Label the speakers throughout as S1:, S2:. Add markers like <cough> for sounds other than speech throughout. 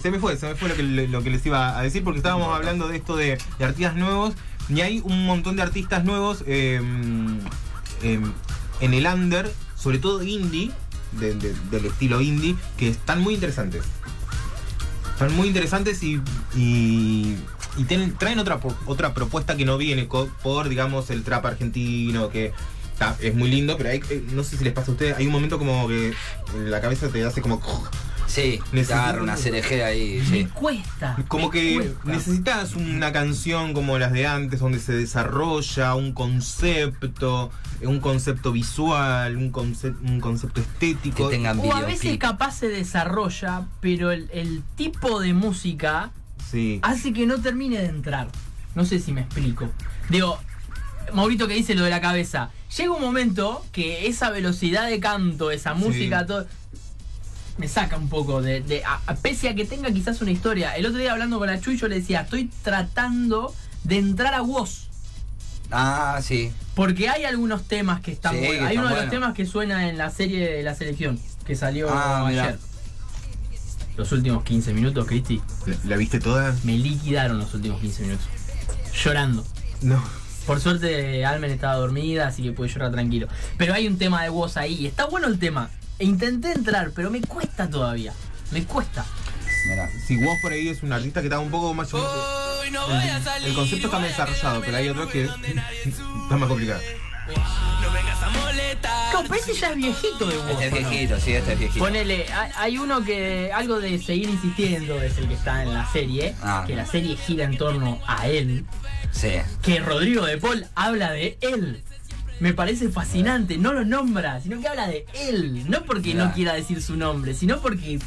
S1: se me fue, se me fue lo que, lo que les iba a decir, porque estábamos hablando de esto de, de artistas nuevos, y hay un montón de artistas nuevos eh, eh, en el under, sobre todo indie, de- de- del estilo indie, que están muy interesantes. Están muy interesantes y, y, y tienen- traen otra, po- otra propuesta que no viene co- por, digamos, el trap argentino, que está- es muy lindo, pero hay- eh, no sé si les pasa a ustedes, hay un momento como que la cabeza te hace como...
S2: Sí, te
S1: Necesito-
S2: agarra una CRG ahí, sí.
S3: Me cuesta.
S1: Como
S3: me
S1: que
S3: cuesta.
S1: necesitas una canción como las de antes, donde se desarrolla un concepto, un concepto visual, un, conce- un concepto
S2: Que
S1: estético.
S2: tengan
S3: O a veces
S2: videoclip.
S3: capaz se desarrolla, pero el, el tipo de música
S1: Sí.
S3: hace que no termine de entrar. No sé si me explico. Digo, Maurito que dice lo de la cabeza. Llega un momento que esa velocidad de canto, esa
S1: Sí.
S3: música, todo. Me saca un poco de. de- a- a- pese a que tenga quizás una historia. El otro día hablando con la Chuy, yo le decía, estoy tratando de entrar a vos.
S2: Ah, sí.
S3: Porque hay algunos temas que están
S2: Sí,
S3: buenos.
S2: que
S3: Hay
S2: están
S3: uno de los
S2: buenos.
S3: temas que suena en la serie de la selección, que salió
S2: Ah, mirá.
S3: ayer. Los últimos 15 minutos, Cristi,
S1: ¿La, la viste toda?
S3: me liquidaron los últimos 15 minutos. Llorando.
S1: No.
S3: Por suerte Almen estaba dormida, así que pude llorar tranquilo. Pero hay un tema de voz ahí, y está bueno el tema. E intenté entrar, pero me cuesta todavía. Me cuesta.
S2: Mirá.
S1: Si vos por ahí es un artista que está un poco más... El, el concepto está más desarrollado, pero hay otro que <laughs> está más complicado.
S3: Claro, pero ese ya es viejito de voz.
S2: Este es
S3: ¿o no?
S2: viejito, sí, este es viejito.
S3: Ponele, hay hay uno que algo de seguir insistiendo es el que está en la serie,
S2: Ah.
S3: que la serie gira en torno a él,
S2: Sí.
S3: que Rodrigo de Paul habla de él. Me parece fascinante, no lo nombra, sino que habla de él, no porque no
S2: Claro.
S3: quiera decir su nombre, sino porque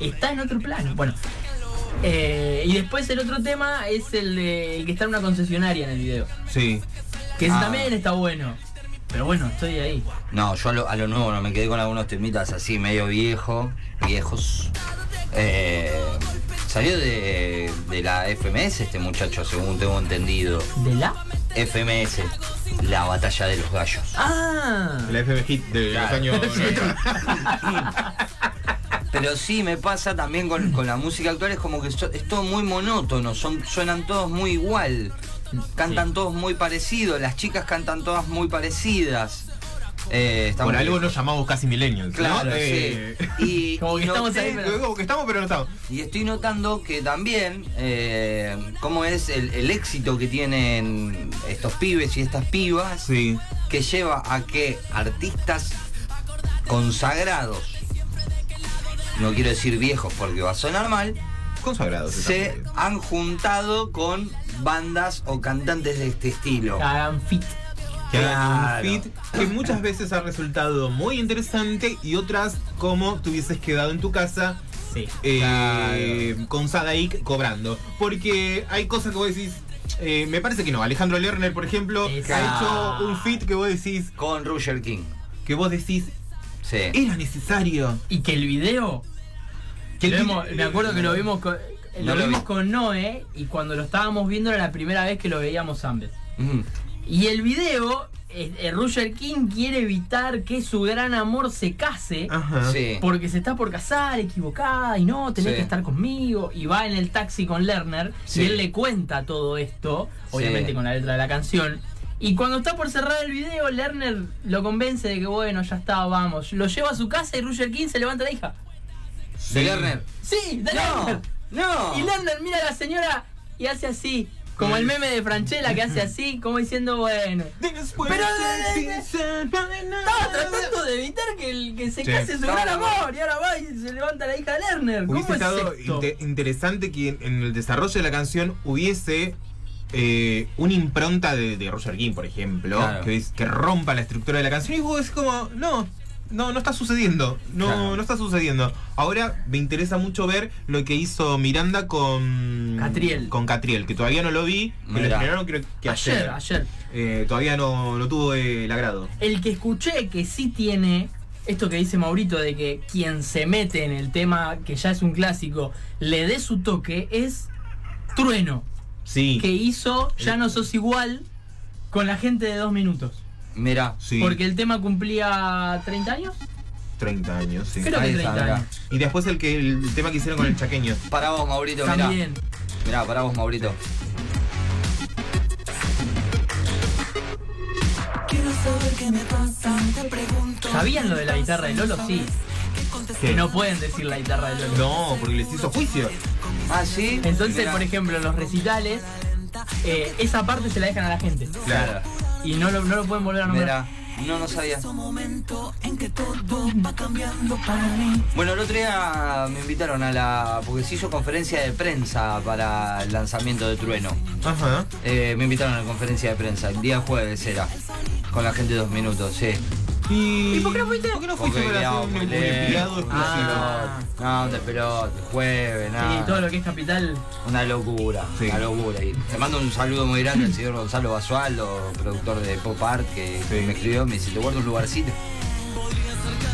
S3: está en otro plano. Bueno, eh, y después el otro tema es el, de- el que está en una concesionaria en el video,
S1: Sí.
S3: que ese
S2: Ah.
S3: también está bueno. Pero bueno, estoy ahí.
S2: No, yo a lo, a lo nuevo no me quedé con algunos temitas así, medio viejo, viejos. Eh, salió de, de la FMS este muchacho, según tengo entendido.
S3: ¿De la?
S2: FMS, la batalla de los gallos.
S3: Ah,
S1: La FM Hit de <laughs>
S2: Claro.
S1: los años 90.
S2: Pero sí me pasa también con, con la música actual, es como que so- es todo muy monótono, son, suenan todos muy igual, cantan todos muy parecido, las chicas cantan todas muy parecidas. Eh, estamos-
S1: Por algo nos llamamos casi millennials.
S2: Claro,
S1: ¿no?
S2: sí.
S1: Eh,
S2: Y,
S3: <laughs> Como que
S2: y
S3: estamos
S2: noté-
S1: <laughs>
S3: ahí, pero-
S1: como que estamos, pero no estamos.
S2: Y estoy notando que también, eh, cómo es el, el éxito que tienen estos pibes y estas pibas,
S1: Sí.
S2: que lleva a que artistas consagrados, no quiero decir viejos porque va a sonar mal,
S1: Consagrados.
S2: se
S1: estamos.
S2: han juntado con bandas o cantantes de este estilo.
S3: Ah. hagan fit.
S1: que hagan un
S2: Claro.
S1: fit que muchas veces ha resultado muy interesante y otras como te hubieses quedado en tu casa
S3: Sí.
S1: eh, con Sadaik cobrando. Porque hay cosas que vos decís, eh, me parece que no. Alejandro Lerner, por ejemplo, ha
S3: Exacto.
S1: hecho un fit que vos decís,
S2: Con Roger King.
S1: que vos decís,
S2: Sí.
S1: era necesario.
S3: Y que el video.
S1: Que el
S3: lo
S1: vi-
S3: vemos- me acuerdo que lo vimos con.
S2: No
S3: lo
S2: lo
S3: vimos
S2: vi.
S3: con Noé y cuando lo estábamos viendo era la primera vez que lo veíamos ambos.
S2: Ujú.
S3: Y el video, eh, eh, Roger King quiere evitar que su gran amor se case
S2: Ah.
S1: Ajá.
S2: Sí.
S3: porque se está Ah. por casar, equivocada y no, tenés
S2: Sí.
S3: que estar conmigo. Y va en el taxi con Lerner
S2: Sí.
S3: y él le cuenta todo esto,
S2: Sí.
S3: obviamente con la letra de la canción. Y cuando está por cerrar el video, Lerner lo convence de que bueno, ya está, vamos. Lo lleva a su casa y Roger King se levanta la hija.
S1: Sí.
S2: De Lerner.
S3: Sí, de
S2: No,
S3: Lerner.
S2: no.
S3: Y Lerner mira a la señora y hace así. Como el meme de Franchella que hace así, como diciendo, bueno.
S1: Después
S3: Pero-
S1: de sincero de
S3: Estaba
S1: nada.
S3: tratando de evitar que, el, que se
S1: Sí.
S3: case su gran
S2: Estaba-
S3: amor y ahora va y se levanta la hija de Lerner. ¿Cómo
S1: Hubiese
S3: es
S1: estado
S3: esto?
S1: inte- interesante que en, en el desarrollo de la canción hubiese eh, una impronta de, de Roger King, por ejemplo,
S2: Claro.
S1: que, es- que rompa la estructura de la canción. Y vos es como, no, no, no está sucediendo. No,
S2: Claro.
S1: no está sucediendo. Ahora me interesa mucho ver lo que hizo Miranda con
S3: Catriel.
S1: Con Catriel, que todavía no lo vi, que lo
S2: Mirá.
S1: estrenaron creo que ayer.
S3: Ayer, ayer.
S1: Eh, todavía no, no tuvo el agrado.
S3: El que escuché que sí tiene esto que dice Maurito de que quien se mete en el tema que ya es un clásico le dé su toque es Trueno,
S1: Sí.
S3: que hizo Ya no sos igual con la gente de dos minutos.
S2: Mira.
S1: Sí.
S3: Porque el tema cumplía 30 años.
S1: 30 años, sí.
S3: Creo que
S2: Ahí
S3: 30
S2: está, mirá.
S3: años.
S1: Y después el que el tema que hicieron con el chaqueño.
S2: Para vos, Maurito, mirá.
S3: También. Mm.
S2: Mirá, para vos, Maurito.
S4: Quiero saber qué me pasa, te pregunto.
S3: ¿Sabían lo de la guitarra de Lolo? Sí. Que
S1: ¿Qué?
S3: no pueden decir la guitarra de Lolo.
S1: No, porque les hizo juicio.
S2: Ah, sí.
S3: Entonces,
S2: Mirá.
S3: por ejemplo, en los recitales, eh, esa parte se la dejan a la gente.
S1: Claro.
S3: Y no lo, Ah, no lo pueden volver a nombrar.
S2: Mirá. No, no sabía.
S4: Es un momento en que todo va cambiando para mí.
S2: Bueno, el otro día me invitaron a la. porque se hizo conferencia de prensa para el lanzamiento de Trueno.
S1: Ajá.
S2: Eh, me invitaron a la conferencia de prensa, el día jueves era. Con la gente de dos minutos, sí.
S1: ¿Y,
S3: ¿Y por qué no fuiste?
S1: ¿Por qué no
S2: Porque
S1: fuiste para
S2: quería
S1: hacer un, un empleado exclusivo?
S3: Ah.
S2: No, de pelote, jueves, nada.
S3: Sí, todo lo que es capital.
S2: Una locura,
S1: Sí.
S2: una locura. Y te mando un saludo muy grande al señor Gonzalo Basualdo, productor de Pop Art, que
S1: Sí.
S2: me escribió, me dice, te guardo un lugarcito.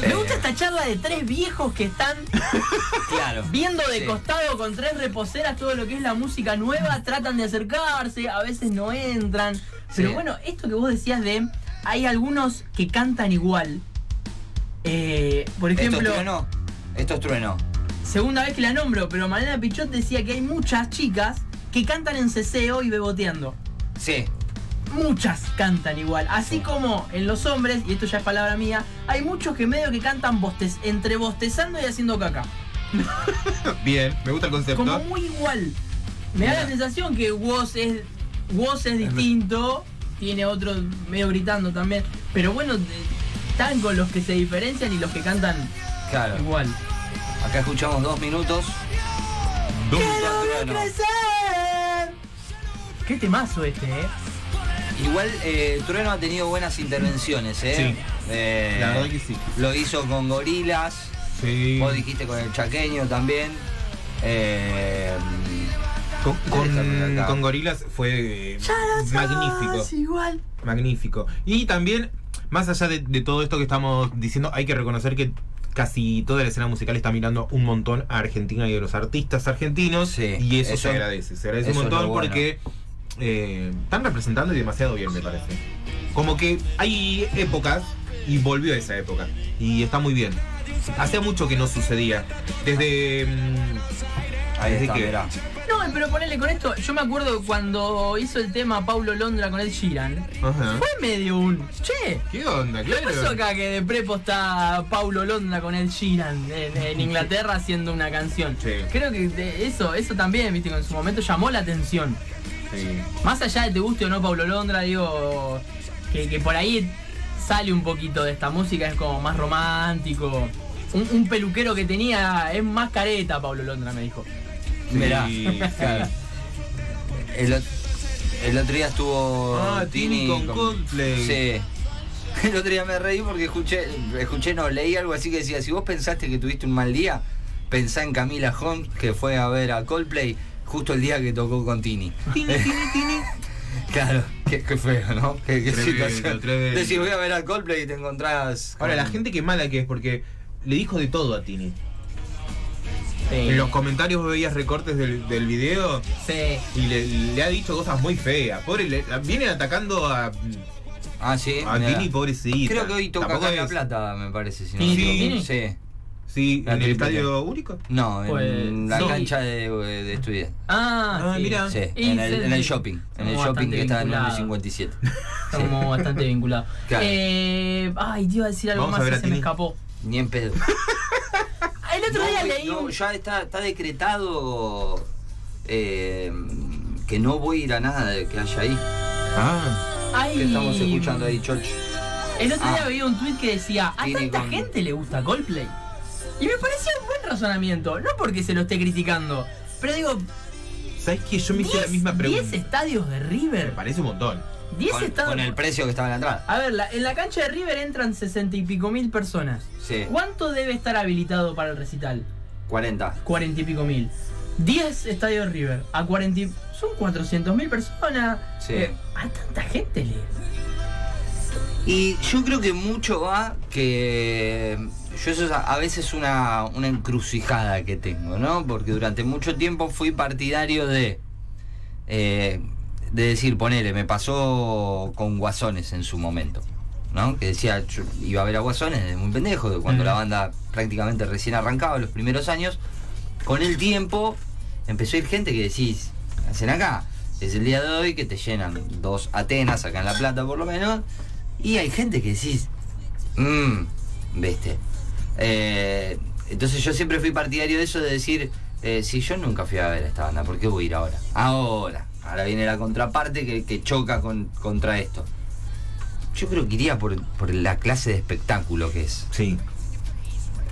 S3: Me
S2: Eh,
S3: gusta esta charla de tres viejos que están
S2: Claro.
S3: viendo de
S2: Sí.
S3: costado con tres reposeras todo lo que es la música nueva, tratan de acercarse, a veces no entran. Pero
S2: Sí.
S3: bueno, esto que vos decías de hay algunos que cantan igual. Eh, por
S2: Esto es
S3: ejemplo,
S2: trueno. Esto es trueno.
S3: segunda vez que la nombro, pero Malena Pichot decía que hay muchas chicas que cantan en ceseo y beboteando.
S2: Sí.
S3: Muchas cantan igual. Así como en los hombres, y esto ya es palabra mía, hay muchos que medio que cantan bostez, entre bostezando y haciendo caca.
S1: Bien, me gusta el concepto.
S3: como muy igual. Me da la sensación que Woz es, Woz es distinto, tiene otro medio gritando también, pero bueno, de- están con los que se diferencian y los que cantan
S2: Claro.
S3: igual.
S2: Acá escuchamos dos minutos.
S1: Dos-
S2: Trueno.
S3: Qué temazo este, ¿eh?
S2: Igual eh, Trueno ha tenido buenas intervenciones, ¿eh?
S1: Sí.
S2: Eh,
S1: La verdad que sí.
S2: Lo hizo con Gorilas,
S1: Sí.
S2: vos dijiste con el Chaqueño también. Eh,
S1: Con,
S2: Dale,
S1: con,
S2: acá.
S1: con gorilas fue eh, magnífico.
S3: Es igual.
S1: Magnífico. Y también, más allá de, de todo esto que estamos diciendo, hay que reconocer que casi toda la escena musical está mirando un montón a Argentina y a los artistas argentinos.
S2: Sí,
S1: y eso,
S2: eso-
S1: se agradece. Se agradece un
S2: eso es lo
S1: montón
S2: bueno.
S1: porque eh, están representando y demasiado bien, me parece. Como que hay épocas y volvió esa época. Y está muy bien. Hacía mucho que no sucedía. Desde. mm,
S2: ahí
S1: desde
S2: está,
S1: que-
S2: mirá.
S3: No, pero ponele con esto, yo me acuerdo cuando hizo el tema Paulo Londra con el Giran.
S1: Ajá.
S3: Fue medio un... Che,
S1: ¿Qué onda?
S3: ¿Qué pasó
S1: Claro.
S3: acá que de prepo está Paulo Londra con el Sheeran en, en Inglaterra haciendo una canción?
S1: Sí.
S3: Creo que de- eso, eso también, viste, que en su momento llamó la atención.
S1: Sí.
S3: Más allá de te guste o no Paulo Londra, digo, que, que por ahí sale un poquito de esta música, es como más romántico. Un, un peluquero que tenía es más careta, Paulo Londra me dijo.
S2: Mirá.
S1: Sí,
S2: Claro.
S1: sí.
S2: El, ot- el otro día estuvo
S1: Ah, Tini con Coldplay.
S2: Sí. <laughs> El otro día me reí porque escuché, escuché, no, leí algo así que decía, si vos pensaste que tuviste un mal día, pensá en Camila Holmes que fue a ver a Coldplay justo el día que tocó con Tini.
S1: Tini,
S2: <laughs>
S1: tini, tini.
S2: Claro, qué, qué feo, ¿no? Qué, qué
S1: Tremendo,
S2: situación.
S1: tremendo.
S2: Decís, voy a ver a Coldplay y te encontrás... con-
S1: Ahora, la gente que mala que es, porque le dijo de todo a Tini.
S3: Sí.
S1: En los comentarios veías recortes del, del video
S3: Sí.
S1: y le, le ha dicho cosas muy feas. Pobre, le- la- vienen atacando a, a
S2: Ah, sí. mirá.
S1: Tini, pobrecita.
S2: Creo que hoy toca
S1: Tampoco
S2: acá en La
S1: es-
S2: Plata, me parece. Si no
S3: ¿Tini
S2: me
S1: con
S2: equivoco.
S3: Tini?
S2: Sí.
S1: Sí,
S2: La
S1: en el
S2: Tini
S1: estadio único.
S2: No, en
S3: Pues,
S2: la
S3: sí.
S2: cancha de, de estudiantes.
S3: Ah,
S1: Ah,
S3: sí.
S1: mira.
S2: Sí,
S3: Y
S2: en el,
S3: se-
S2: en el shopping. En el
S3: Somos
S2: shopping que
S3: bastante
S2: está en el
S3: vinculados.
S2: 57.
S3: Estamos bastante vinculados.
S2: Claro.
S3: Eh, ay, te iba a decir algo
S1: Vamos a
S3: más
S1: ver
S3: y
S1: a
S3: se me
S1: Tini.
S3: escapó.
S2: Ni en pedo.
S3: <laughs> El otro día
S2: No,
S3: leí
S2: no,
S3: un...
S2: ya está, está decretado eh, que no voy a ir a nada de que haya ahí.
S1: Ah,
S3: Ay,
S2: Que estamos escuchando ahí, Choch.
S3: El otro día
S2: Ah.
S3: veía un tweet que decía, a
S2: Tini
S3: tanta
S2: con-
S3: gente le gusta Coldplay. Y me pareció un buen razonamiento, no porque se lo esté criticando, pero digo,
S1: ¿sabes qué? Yo me hice la
S3: 10,
S1: misma
S3: 10
S1: pregunta.
S3: estadios de
S1: Me
S3: River.
S1: parece un montón.
S3: 10
S2: Con,
S3: estadios...
S2: con el precio que estaba en la entrada.
S3: A ver, la- en la cancha de River entran 60 y pico mil personas.
S2: Sí,
S3: ¿Cuánto debe estar habilitado para el recital?
S2: 40.
S3: 40 y pico mil. 10 estadios de River a 40 y- son 400 mil personas.
S2: Sí.
S3: Eh, a tanta gente le.
S2: Y yo creo que mucho va que. Yo eso es a a veces una, una encrucijada que tengo, ¿no? Porque durante mucho tiempo fui partidario de. eh, de decir, ponele, me pasó con Guasones en su momento. ¿no? Que decía, yo iba a ver a Guasón es muy pendejo, de cuando
S1: Mm.
S2: la banda prácticamente recién arrancaba, los primeros años. Con el tiempo empezó a ir gente que decís, ¿qué hacen acá. Es el día de hoy que te llenan dos Atenas, acá en La Plata por lo menos, y hay gente que decís, mmm, viste. Eh, entonces yo siempre fui partidario de eso, de decir, eh, si yo nunca fui a ver a esta banda, ¿por qué voy a ir ahora? Ahora, ahora viene la contraparte que, que choca con- contra esto. Yo creo que iría por, por la clase de espectáculo que es.
S1: Sí.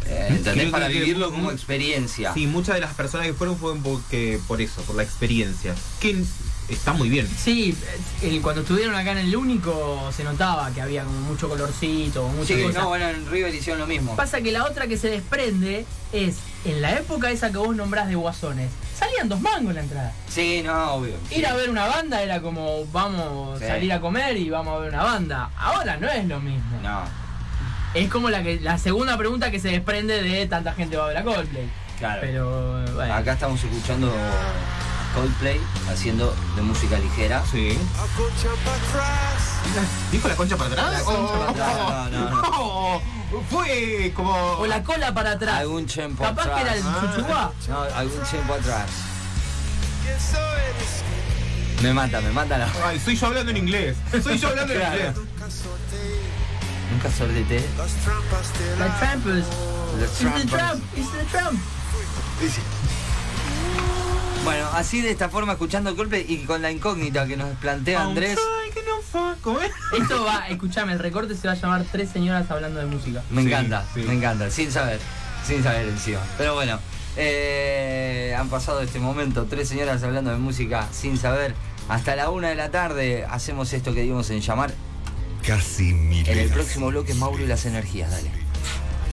S2: Eh,
S1: Mm,
S2: ¿Entendés?
S1: creo
S2: Para
S1: que-
S2: vivirlo como
S1: mm.
S2: experiencia.
S1: Sí, muchas de las personas que fueron fueron porque, por eso, por la experiencia. Que está muy bien.
S3: Sí, eh, cuando estuvieron acá en el único se notaba que había como mucho colorcito, mucha
S2: Sí,
S3: cosa.
S2: no, bueno, en River hicieron lo mismo.
S3: Pasa que la otra que se desprende es, en la época esa que vos nombrás de guasones, salían dos mangos la entrada.
S2: Sí, no, obvio.
S3: Ir a ver una banda era como vamos
S2: Sí.
S3: a salir a comer y vamos a ver una banda. Ahora no es lo mismo.
S2: No,
S3: Es como la que la segunda pregunta que se desprende de tanta gente va a ver a Coldplay.
S2: claro.
S3: Pero bueno.
S2: Acá estamos escuchando Coldplay haciendo de música ligera.
S1: Sí. ¿Dijo la concha para atrás? Oh,
S2: Ah, La concha para atrás, no, no,
S1: No,
S2: <laughs>
S1: Fue como.
S3: O la cola para atrás.
S2: Algún tiempo
S3: Capaz que era el
S2: atrás.
S1: Ah.
S3: chuchuá.
S2: No, algún tiempo atrás. Me mata, me mata la.
S1: Ay, soy yo hablando en inglés. Soy yo hablando en
S2: Claro.
S1: inglés.
S2: Nunca sordeté.
S3: La Trampers. It's the Trump, it's the Trump.
S2: Bueno, así de esta forma escuchando Coldplay y con la incógnita que nos plantea Andrés.
S1: Ay, ¿eh? que no fue. ¿Cómo es?
S3: Esto va, escúchame, el recorte se va a llamar Tres señoras hablando de música.
S2: Me
S1: Sí,
S2: encanta,
S1: sí.
S2: me encanta, sin saber, sin saber encima. Pero bueno, eh, han pasado este momento, tres señoras hablando de música sin saber. Hasta la una de la tarde hacemos esto que dimos en llamar.
S5: Casi
S2: En el
S5: milenio.
S2: próximo bloque, Mauro y las energías, dale.